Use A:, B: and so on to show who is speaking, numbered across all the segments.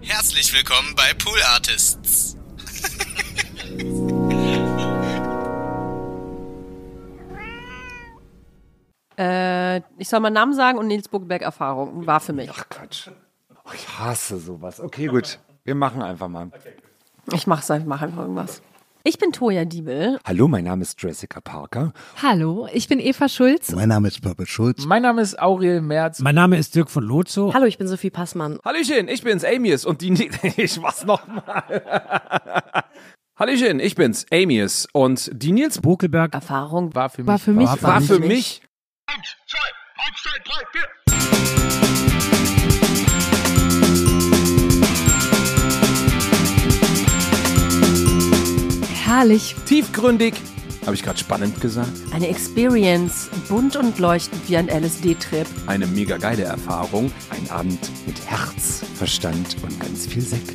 A: Herzlich willkommen bei Pool Artists.
B: Äh, ich soll mal Namen sagen und Nils Buckelberg Erfahrung war für mich.
C: Ach Quatsch. Oh, ich hasse sowas. Okay, gut. Wir machen einfach mal.
B: Ich mach's einfach, mach einfach irgendwas. Ich bin Toja Diebel.
C: Hallo, mein Name ist Jessica Parker.
D: Hallo, ich bin Eva Schulz.
E: Mein Name ist Purple Schulz.
F: Mein Name ist Aurel Merz.
G: Mein Name ist Dirk von Lozo.
H: Hallo, ich bin Sophie Passmann.
F: Hallöchen, ich bin's, Amius. Und die. Ne ich mach's nochmal. Hallöchen, ich bin's, Amius. Und die Nils
G: Bokelberg.
B: Erfahrung.
F: war für mich.
D: War für mich.
F: War, für mich.
I: Eins, zwei, eins, zwei, drei, vier.
D: Herrlich.
F: Tiefgründig. Habe ich gerade spannend gesagt?
B: Eine Experience, bunt und leuchtend wie ein LSD-Trip.
F: Eine mega geile Erfahrung.
C: Ein Abend mit Herz, Verstand und ganz viel Sekt.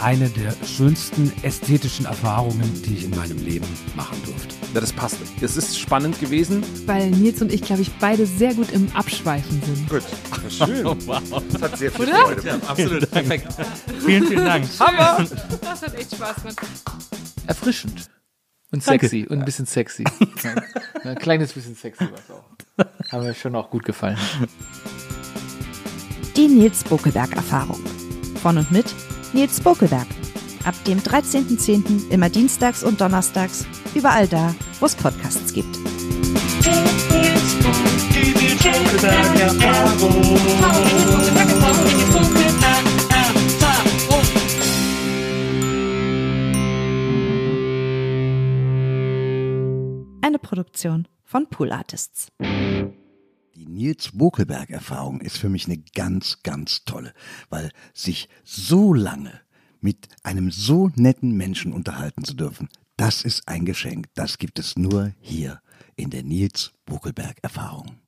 G: Eine der schönsten ästhetischen Erfahrungen, die ich in meinem Leben machen durfte.
F: Ja, das passt. Das ist spannend gewesen.
D: Weil Nils und ich, glaube ich, beide sehr gut im Abschweifen sind.
C: Gut. Schön. Das hat sehr viel Freude gemacht.
J: Absolut, perfekt. vielen, vielen Dank.
F: Hammer!
D: Das hat echt Spaß gemacht.
J: Erfrischend. Und
G: Danke.
J: sexy. Und ein bisschen sexy. Ja, ein kleines bisschen sexy war es auch. Haben mir schon auch gut gefallen.
K: Die Nils Bokelberg-Erfahrung. Von und mit Nils Bokelberg. Ab dem 13.10. immer dienstags und donnerstags. Überall da, wo es Podcasts gibt. Eine Produktion von Pool Artists.
E: Die Nils Bokelberg-Erfahrung ist für mich eine ganz, ganz tolle, weil sich so lange mit einem so netten Menschen unterhalten zu dürfen, das ist ein Geschenk. Das gibt es nur hier in der Nils Bokelberg-Erfahrung.